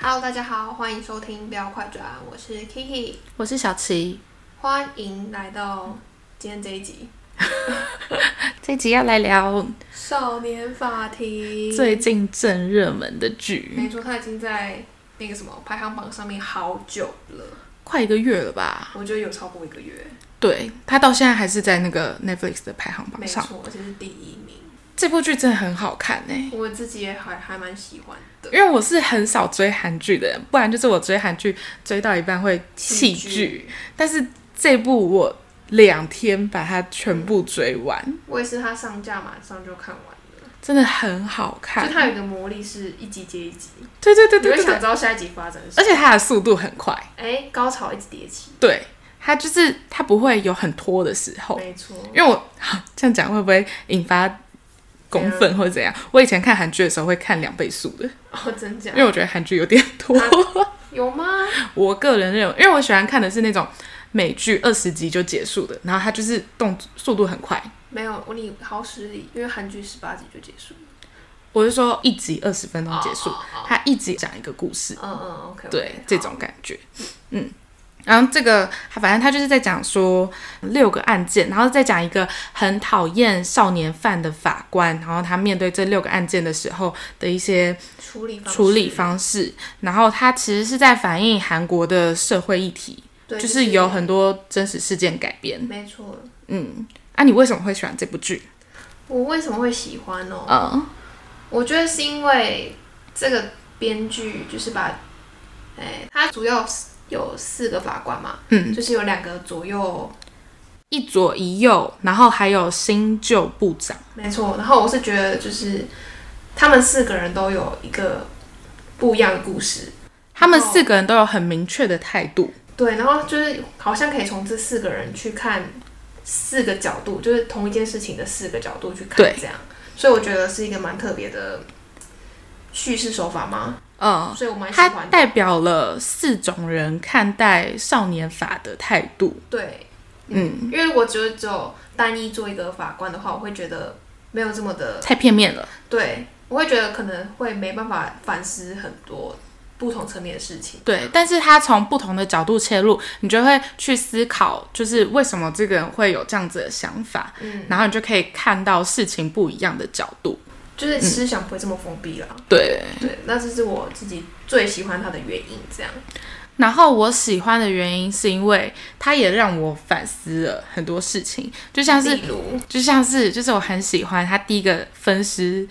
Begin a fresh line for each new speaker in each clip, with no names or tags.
Hello，大家好，欢迎收听《不要快转》，我是 Kiki，
我是小琪，
欢迎来到今天这一集
这集要来聊
《少年法庭》。
最近正热门的剧，
没错，他已经在那个什么排行榜上面好久了，
快一个月了吧？
我觉得有超过一个月，
对，它到现在还是在那个 Netflix 的排行
没
榜上。
错，而且是第一名，
这部剧真的很好看哎、
我自己也还还蛮喜欢的。
因为我是很少追韩剧的人，不然就是我追韩剧追到一半会弃剧，但是这部我两天把它全部追完，
我也是，他上架马上就看完了，
真的很好 看
就。它有一个魔力是一集接一集，
对对对
你
对
会
对
想
对，
知道下一集发生什
而
么，
且它的速度很快，
哎，高潮一直迭起，
对，它就是它不会有很拖的时候。
没错，
因为我 这样讲会不会引发公愤或者怎样？我以前看韩剧的时候会看两倍速的，
哦，真假
因为我觉得韩剧有点多。
有吗？
我个人认为，因为我喜欢看的是那种美剧二十集就结束的，然后它就是动速度很快。
没有，我你好失礼，因为韩剧十八集就结束了，
我是说一集二十分钟结
哦
束，它一集讲一个故事，
嗯嗯，OK，
对这种感觉，嗯。然后这个，它反正他就是在讲说六个案件，然后再讲一个很讨厌少年犯的法官，然后他面对这六个案件的时候的一些
处理方式
处理方式，然后它其实是在反映韩国的社会议题，
对，
就是有很多真实事件改编。
没错。
嗯，啊，你为什么会喜欢这部剧？
我为什么会喜欢哦？
嗯，
我觉得是因为这个编剧就是把，哎，他主要是有四个法官嘛，
嗯，
就是有两个左右，
一左一右，然后还有新旧部长，
没错。然后我是觉得就是他们四个人都有一个不一样的故事，
他们
哦
四个人都有很明确的态度。
对，然后就是好像可以从这四个人去看四个角度，就是同一件事情的四个角度去看，
对
这样。所以我觉得是一个蛮特别的叙事手法嘛，
嗯，
所以我蛮喜
它
欢的。
代表了四种人看待少年法的态度。
对，
嗯，
因为如果只有只有单一做一个法官的话，我会觉得没有这么的
太片面了。
对，我会觉得可能会没办法反思很多不同层面的事情。
对，但是他从不同的角度切入，你就会去思考，就是为什么这个人会有这样子的想法，
嗯，
然后你就可以看到事情不一样的角度。
就是思想不会这么封闭啦。
嗯对，
对，那这是我自己最喜欢他的原因，这样。
然后我喜欢的原因是因为它也让我反思了很多事情，就像是
例如
就像是就是我很喜欢他第一个分尸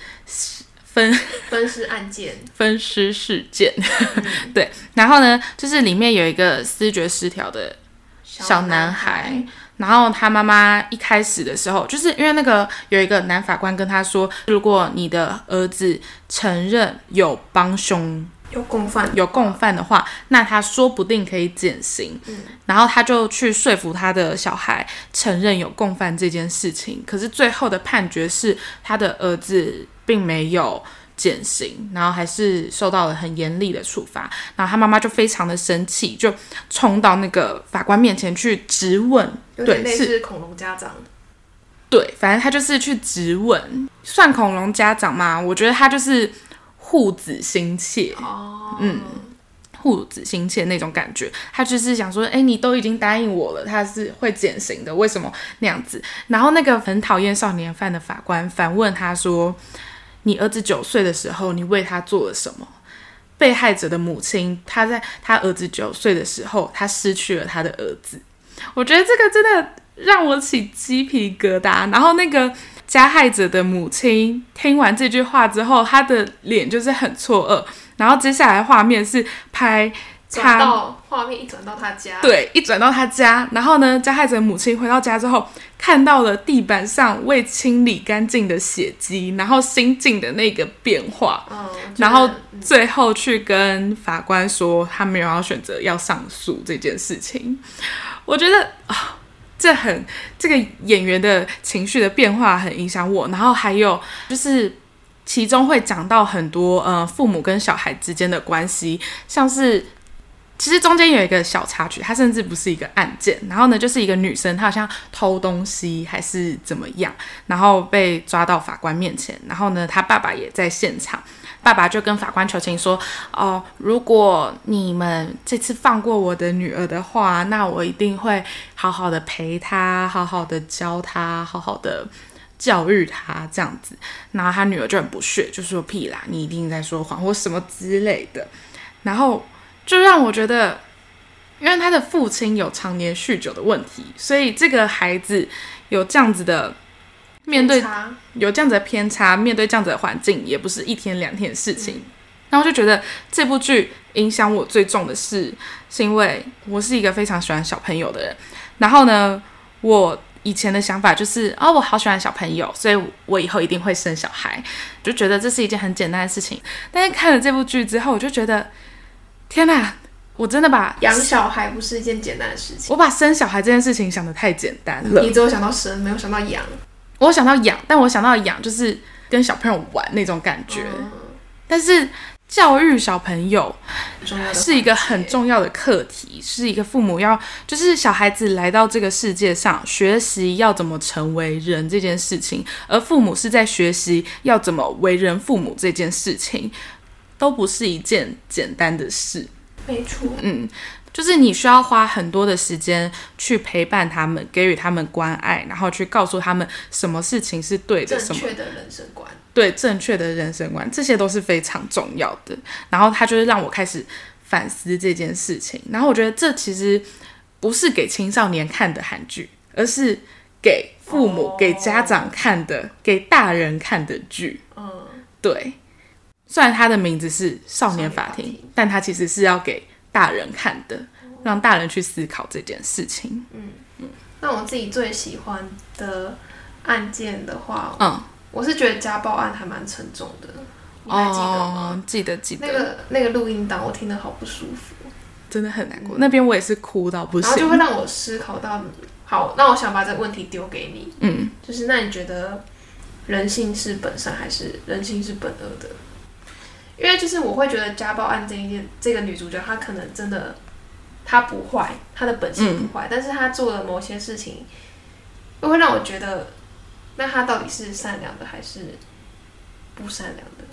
分
分尸案件。
分尸事件， 对，然后呢，就是里面有一个思觉失调的小男孩，然后他妈妈一开始的时候，就是因为那个有一个男法官跟他说，如果你的儿子承认有帮凶、
有共犯，
有共犯的话，那他说不定可以减刑。
嗯
然后他就去说服他的小孩承认有共犯这件事情。可是最后的判决是，他的儿子并没有。减刑，然后还是受到了很严厉的处罚，然后他妈妈就非常的生气，就冲到那个法官面前去质问
有点
对
类
是
似恐龙家长，
对，反正他就是去质问，算恐龙家长嘛？我觉得他就是护子心切
哦，
嗯，护子心切那种感觉。他就是想说，哎、你都已经答应我了，他是会减刑的，为什么那样子？然后那个很讨厌少年犯的法官反问他说：“你儿子九岁的时候，你为他做了什么？”被害者的母亲，她在她儿子九岁的时候，她失去了她的儿子。我觉得这个真的让我起鸡皮疙瘩。然后那个加害者的母亲听完这句话之后，她的脸就是很错愕。然后接下来画面是拍
转
他
到画面一转到他家，，
对，一转到他家，然后呢，加害者母亲回到家之后，看到了地板上未清理干净的血迹，然后心境的那个变化，
嗯，
然后
就是嗯
最后去跟法官说他没有要选择要上诉这件事情。我觉得啊，这很这个演员的情绪的变化很影响我，然后还有就是。其中会讲到很多呃父母跟小孩之间的关系，像是其实中间有一个小插曲，它甚至不是一个案件。然后呢，就是一个女生，她好像偷东西还是怎么样，然后被抓到法官面前。然后呢，她爸爸也在现场。爸爸就跟法官求情说：“哦，如果你们这次放过我的女儿的话，那我一定会好好的陪她，好好的教她，好好的教育她这样子。”然后他女儿就很不屑，就说：“屁啦，你一定在说谎或什么之类的。”然后就让我觉得，因为他的父亲有常年酗酒的问题，所以这个孩子有这样子的面对
差
有这样子的偏差，面对这样子的环境，也不是一天两天的事
嗯
情。然后就觉得这部剧影响我最重的是，是因为我是一个非常喜欢小朋友的人。然后呢，我以前的想法就是，哦，我好喜欢小朋友，所以我以后一定会生小孩，就觉得这是一件很简单的事情。但是看了这部剧之后，我就觉得，天哪，我真的把
养小孩不是一件简单的事情，
我把生小孩这件事情想得太简单了。
你只有想到生，没有想到养。
我想到养，但我想到养就是跟小朋友玩那种感觉。
哦嗯
但是教育小朋友
很重要的
是一个很
环节
重要的课题，是一个父母要就是小孩子来到这个世界上学习要怎么成为人这件事情，而父母是在学习要怎么为人父母这件事情，都不是一件简单的事。
没错，
嗯，就是你需要花很多的时间去陪伴他们，给予他们关爱，然后去告诉他们什么事情是对的，
正
什么
确的人生观。
对正确的人生观，这些都是非常重要的。然后他就是让我开始反思这件事情。然后我觉得这其实不是给青少年看的韩剧，而是给父母、
哦
给家长看的、给大人看的剧。
嗯，
对，虽然它的名字是《少年法
少
庭
年》法，
但它其实是要给大人看的，
哦
让大人去思考这件事情。
那我自己最喜欢的案件的话，
嗯，
我是觉得家暴案还蛮沉重的。你还记得吗？
哦，记得记得，
那个那个录音档我听得好不舒服，
真的很难过。那边我也是哭到不
嗯然后就会
行。
让我思考到，好，那我想把这个问题丢给你，
嗯，
就是那你觉得人性是本善还是人性是本恶的？因为就是我会觉得家暴案这一件，这个女主角她可能真的她不坏，她的本性
嗯
不坏，但是她做了某些事情，又会让我觉得，那她到底是善良的还是不善良的？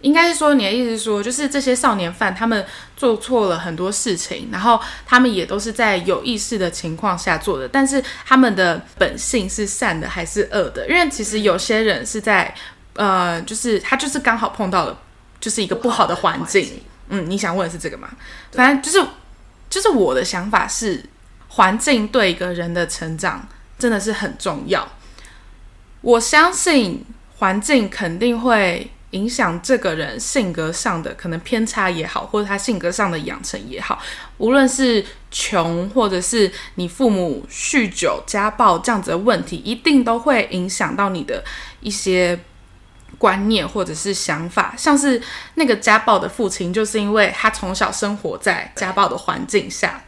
应该是说你的意思是说，就是这些少年犯他们做错了很多事情，然后他们也都是在有意识的情况下做的，但是他们的本性是善的还是恶的？因为其实有些人是在呃，就是他就是刚好碰到了就是一个不好的环境，嗯，你想问的是这个吗？反正就是就是我的想法是，环境对一个人的成长真的是很重要。我相信环境肯定会影响这个人性格上的可能偏差也好，或者他性格上的养成也好，无论是穷或者是你父母酗酒、家暴这样子的问题，一定都会影响到你的一些观念或者是想法。像是那个家暴的父亲，就是因为他从小生活在家暴的环境下。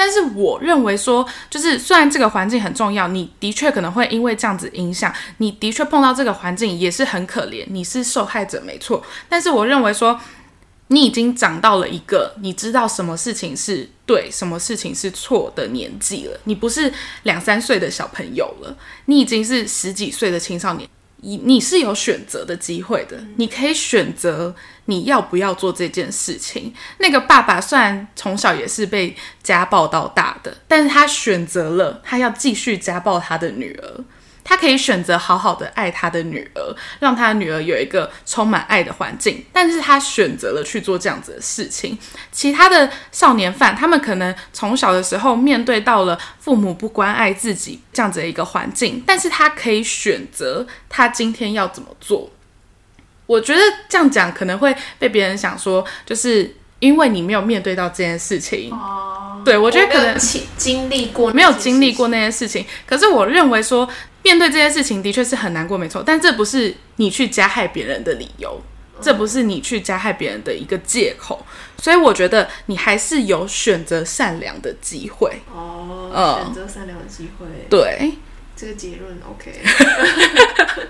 但是我认为说，就是虽然这个环境很重要，你的确可能会因为这样子影响，你的确碰到这个环境也是很可怜，你是受害者没错。但是我认为说，你已经长到了一个你知道什么事情是对，什么事情是错的年纪了。你不是两三岁的小朋友了，你已经是十几岁的青少年，你你是有选择的机会的，你可以选择你要不要做这件事情。那个爸爸虽然从小也是被家暴到大的，但是他选择了他要继续家暴他的女儿。他可以选择好好的爱他的女儿，让他的女儿有一个充满爱的环境，但是他选择了去做这样子的事情。其他的少年犯，他们可能从小的时候面对到了父母不关爱自己这样子的一个环境，但是他可以选择他今天要怎么做。我觉得这样讲可能会被别人想说，就是因为你没有面对到这件事情，
哦，
对我觉得可能
没有经经历过，
我没有经历过那些事情。可是我认为说，面对这件事情的确是很难过，没错。但这不是你去加害别人的理由，这不是你去加害别人的一个借口。所以我觉得你还是有选择善良的机会。
哦，
嗯
选择善良的机会，
对
这个结论 OK。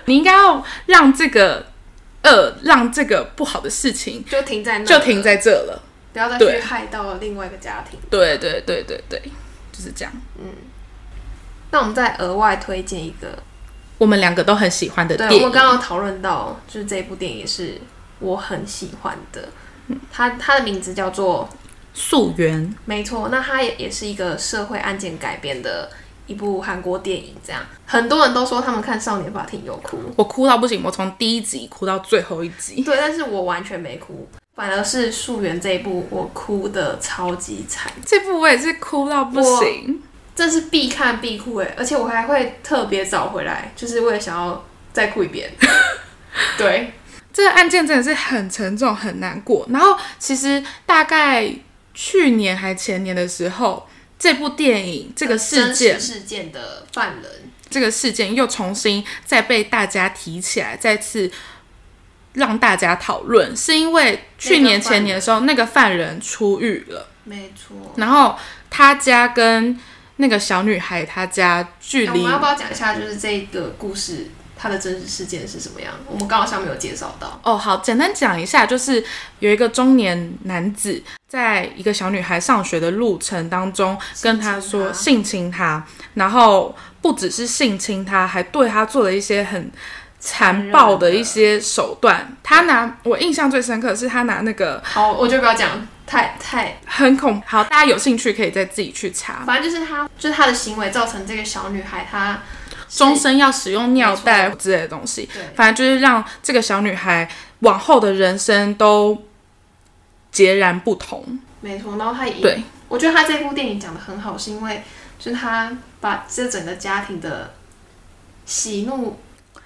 你应该要让这个恶，让这个不好的事 情
就停在那，
就停，在这了。
不要再
对
去害到另外一个家庭。
对对对对对，就是这样。
那我们再额外推荐一个，
我们两个都很喜欢的
对
电
我
影
们，刚刚有讨论到，就是这部电影也是我很喜欢的，他他的名字叫做
溯源，
没错，那它也也是一个社会案件改编的一部韩国电影，这样很多人都说他们看《少年法庭》有哭，
我哭到不行，我从第一集哭到最后一集。
对，但是我完全没哭，反而是《溯源》这一部我哭的超级惨，
这部我也是哭到不行，
这是必看必哭哎，而且我还会特别找回来，就是为了想要再哭一 遍。对，
这个案件真的是很沉重，很难过。然后其实大概去年还前年的时候，这部电影这个事件
真实事件的犯人，
这个事件又重新再被大家提起来，再次让大家讨论，是因为去年前年的时候，那个犯人出狱了，
没错。
然后他家跟那个小女孩她家距
那我
离
们要不要讲一下，就是这个故事它的真实事件是什么样？我们刚好像没有介绍到。
哦，好，简单讲一下，就是有一个中年男子，在一个小女孩上学的路程当中，跟她说性侵她，然后不只是性侵她，还对她做了一些很残暴的一些手段。他拿我印象最深刻的是他拿那个
好，我就不要讲，太太
很恐，好，大家有兴趣可以再自己去查，
反正就是他，就是他的行为造成这个小女孩她是
终身要使用尿袋
没
之类的东西。
对
反正就是让这个小女孩往后的人生都截然不同。
没错，然后她也
对，
我觉得她这部电影讲的很好，是因为就是她把这整个家庭的喜怒，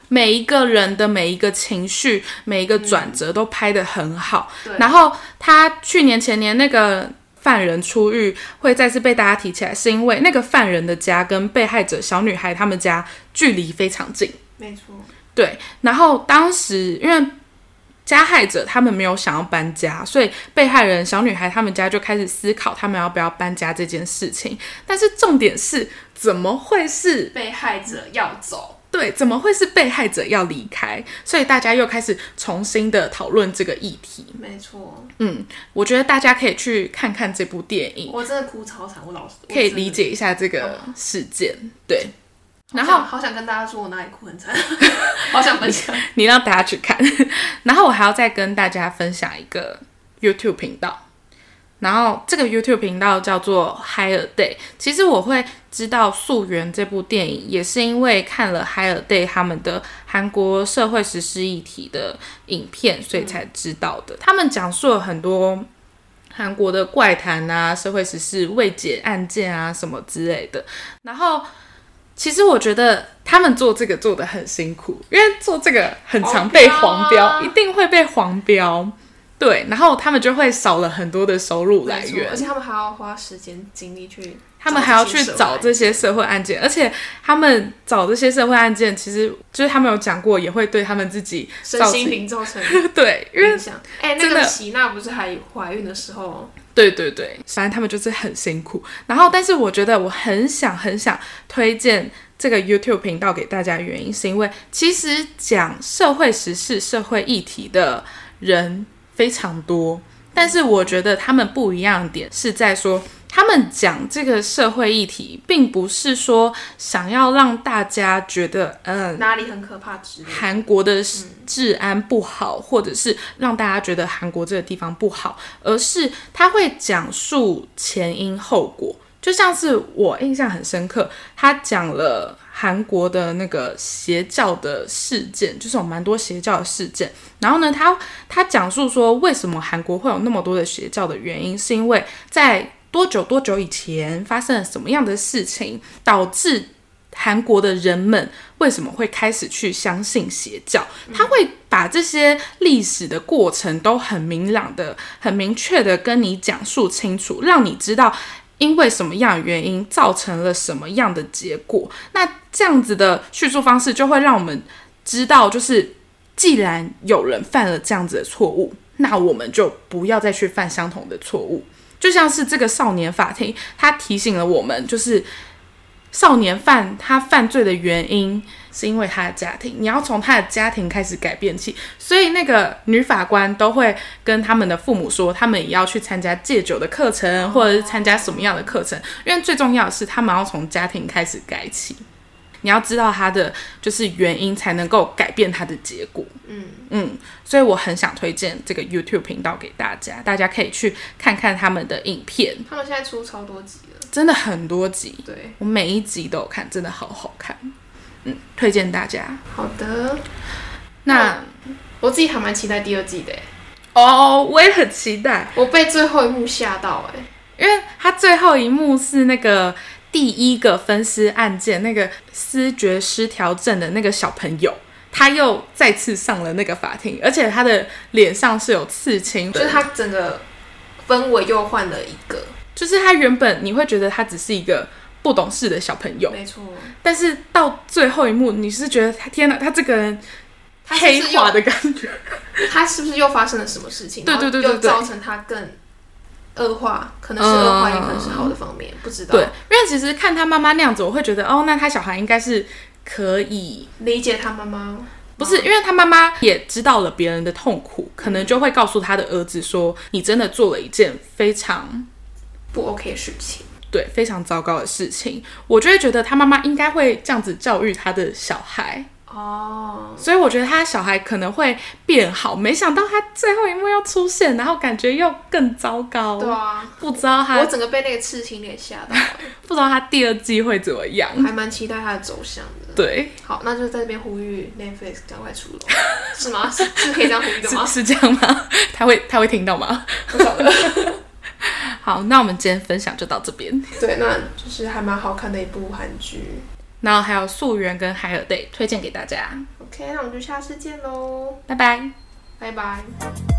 每一个人的每一个情绪、每一个转折都拍得很好。
对，
然后他去年前年那个犯人出狱，会再次被大家提起来，是因为那个犯人的家跟被害者小女孩他们家距离非常近。
没错，
对，然后当时因为加害者他们没有想要搬家，所以被害人小女孩他们家就开始思考他们要不要搬家这件事情。但是重点是，怎么会是
被害者要走，
对，怎么会是被害者要离开？所以大家又开始重新的讨论这个议题。
没错，
嗯，我觉得大家可以去看看这部电影，
我真的哭超惨，我老实
嗯可以理，解一下这个事件。对，
我真
然
的好
后
想好想跟大家说我哪里哭很惨， 好想分享，
你让大家去看，然后我还要再跟大家分享一个 YouTube 频道。然后这个 YouTube 频道叫做 Higher Day。其实我会知道《溯源》这部电影，也是因为看了 Higher Day 他们的韩国社会实施议题的影片，所以才知道的。他们讲述了很多韩国的怪谈啊、社会实施未解案件啊什么之类的。然后，其实我觉得他们做这个做的很辛苦，因为做这个很常被黄
黄
标，
标啊
一定会被黄标。对，然后他们就会少了很多的收入来
没错
源，
而且他们还要花时间精力去，
他们还要去找这些社会案件，而且他们找这些社会案件，其实就是他们有讲过，也会对他们自己
身
造
心
成
灵造成
对， 因为
影响。哎、那
真
个
的
喜娜不是还怀孕的时候，
对对对，反正他们就是很辛苦。然后，但是我觉得我很想很想推荐这个 YouTube 频道给大家，原因是因为其实讲社会时事、社会议题的人非常多，但是我觉得他们不一样的点是在说。他们讲这个社会议题，并不是说想要让大家觉得，嗯，
哪里很可怕之类的。
韩国的治安不好，或者是让大家觉得韩国这个地方不好，而是他会讲述前因后果。就像是我印象很深刻，他讲了韩国的那个邪教的事件，就是有蛮多邪教的事件。然后呢，他他讲述说为什么韩国会有那么多的邪教的原因，是因为在多久多久以前发生了什么样的事情，导致韩国的人们为什么会开始去相信邪教？他会把这些历史的过程都很明朗的、很明确的跟你讲述清楚，让你知道因为什么样的原因造成了什么样的结果。那这样子的叙述方式就会让我们知道，就是既然有人犯了这样子的错误，那我们就不要再去犯相同的错误。就像是这个少年法庭，他提醒了我们，就是少年犯他犯罪的原因是因为他的家庭，你要从他的家庭开始改变起。所以那个女法官都会跟他们的父母说，他们也要去参加戒酒的课程，或者是参加什么样的课程，因为最重要的是他们要从家庭开始改起。你要知道他的就是原因，才能够改变他的结果。
嗯，
嗯，所以我很想推荐这个 YouTube 频道给大家，大家可以去看看他们的影片，
他们现在出超多集了，
真的很多集，
对，
我每一集都有看，真的好好看。嗯，推荐大家。
好的，
那
我自己还蛮期待第二季的欸，
哦，我也很期待，
我被最后一幕吓到，哎，
因为它最后一幕是那个第一个分尸案件，那个思觉失调症的那个小朋友，他又再次上了那个法庭，而且他的脸上是有刺青，
就是他整个氛围又换了一个，
就是他原本你会觉得他只是一个不懂事的小朋友，
没错，
但是到最后一幕，你是觉得他天哪，他这个人
他是
黑
不是
化
又
的感觉，
他是不是又发生了什么事情？
对对对对
然后又造成他更恶化，可能是恶化，
嗯
也可能是好的方面，不知道。
对，因为其实看他妈妈那样子，我会觉得哦，那他小孩应该是可以。
理解他妈妈，嗯
不是，因为他妈妈也知道了别人的痛苦，可能就会告诉他的儿子说：“你真的做了一件非常
不 OK 的事情。
对非常糟糕的事情。”我就会觉得他妈妈应该会这样子教育他的小孩，
哦，
所以我觉得他小孩可能会变好。没想到他最后一幕要出现，然后感觉又更糟糕。
对啊，
不知道他
我整个被那个刺青脸吓到，
不知道他第二季会怎么样。
还蛮期待他的走向的。
对，
好，那就在这边呼吁 Netflix 赶快出笼，是吗？是是可以这样呼吁的
是
吗？
是这样吗？ 他会他会听到吗？
不晓得。
好，那我们今天分享就到这边。
对，那就是还蛮好看的一部韩剧。
然后还有溯源跟海尔 day 推荐给大家，
OK，那我们就下次见喽，
拜拜。
拜拜。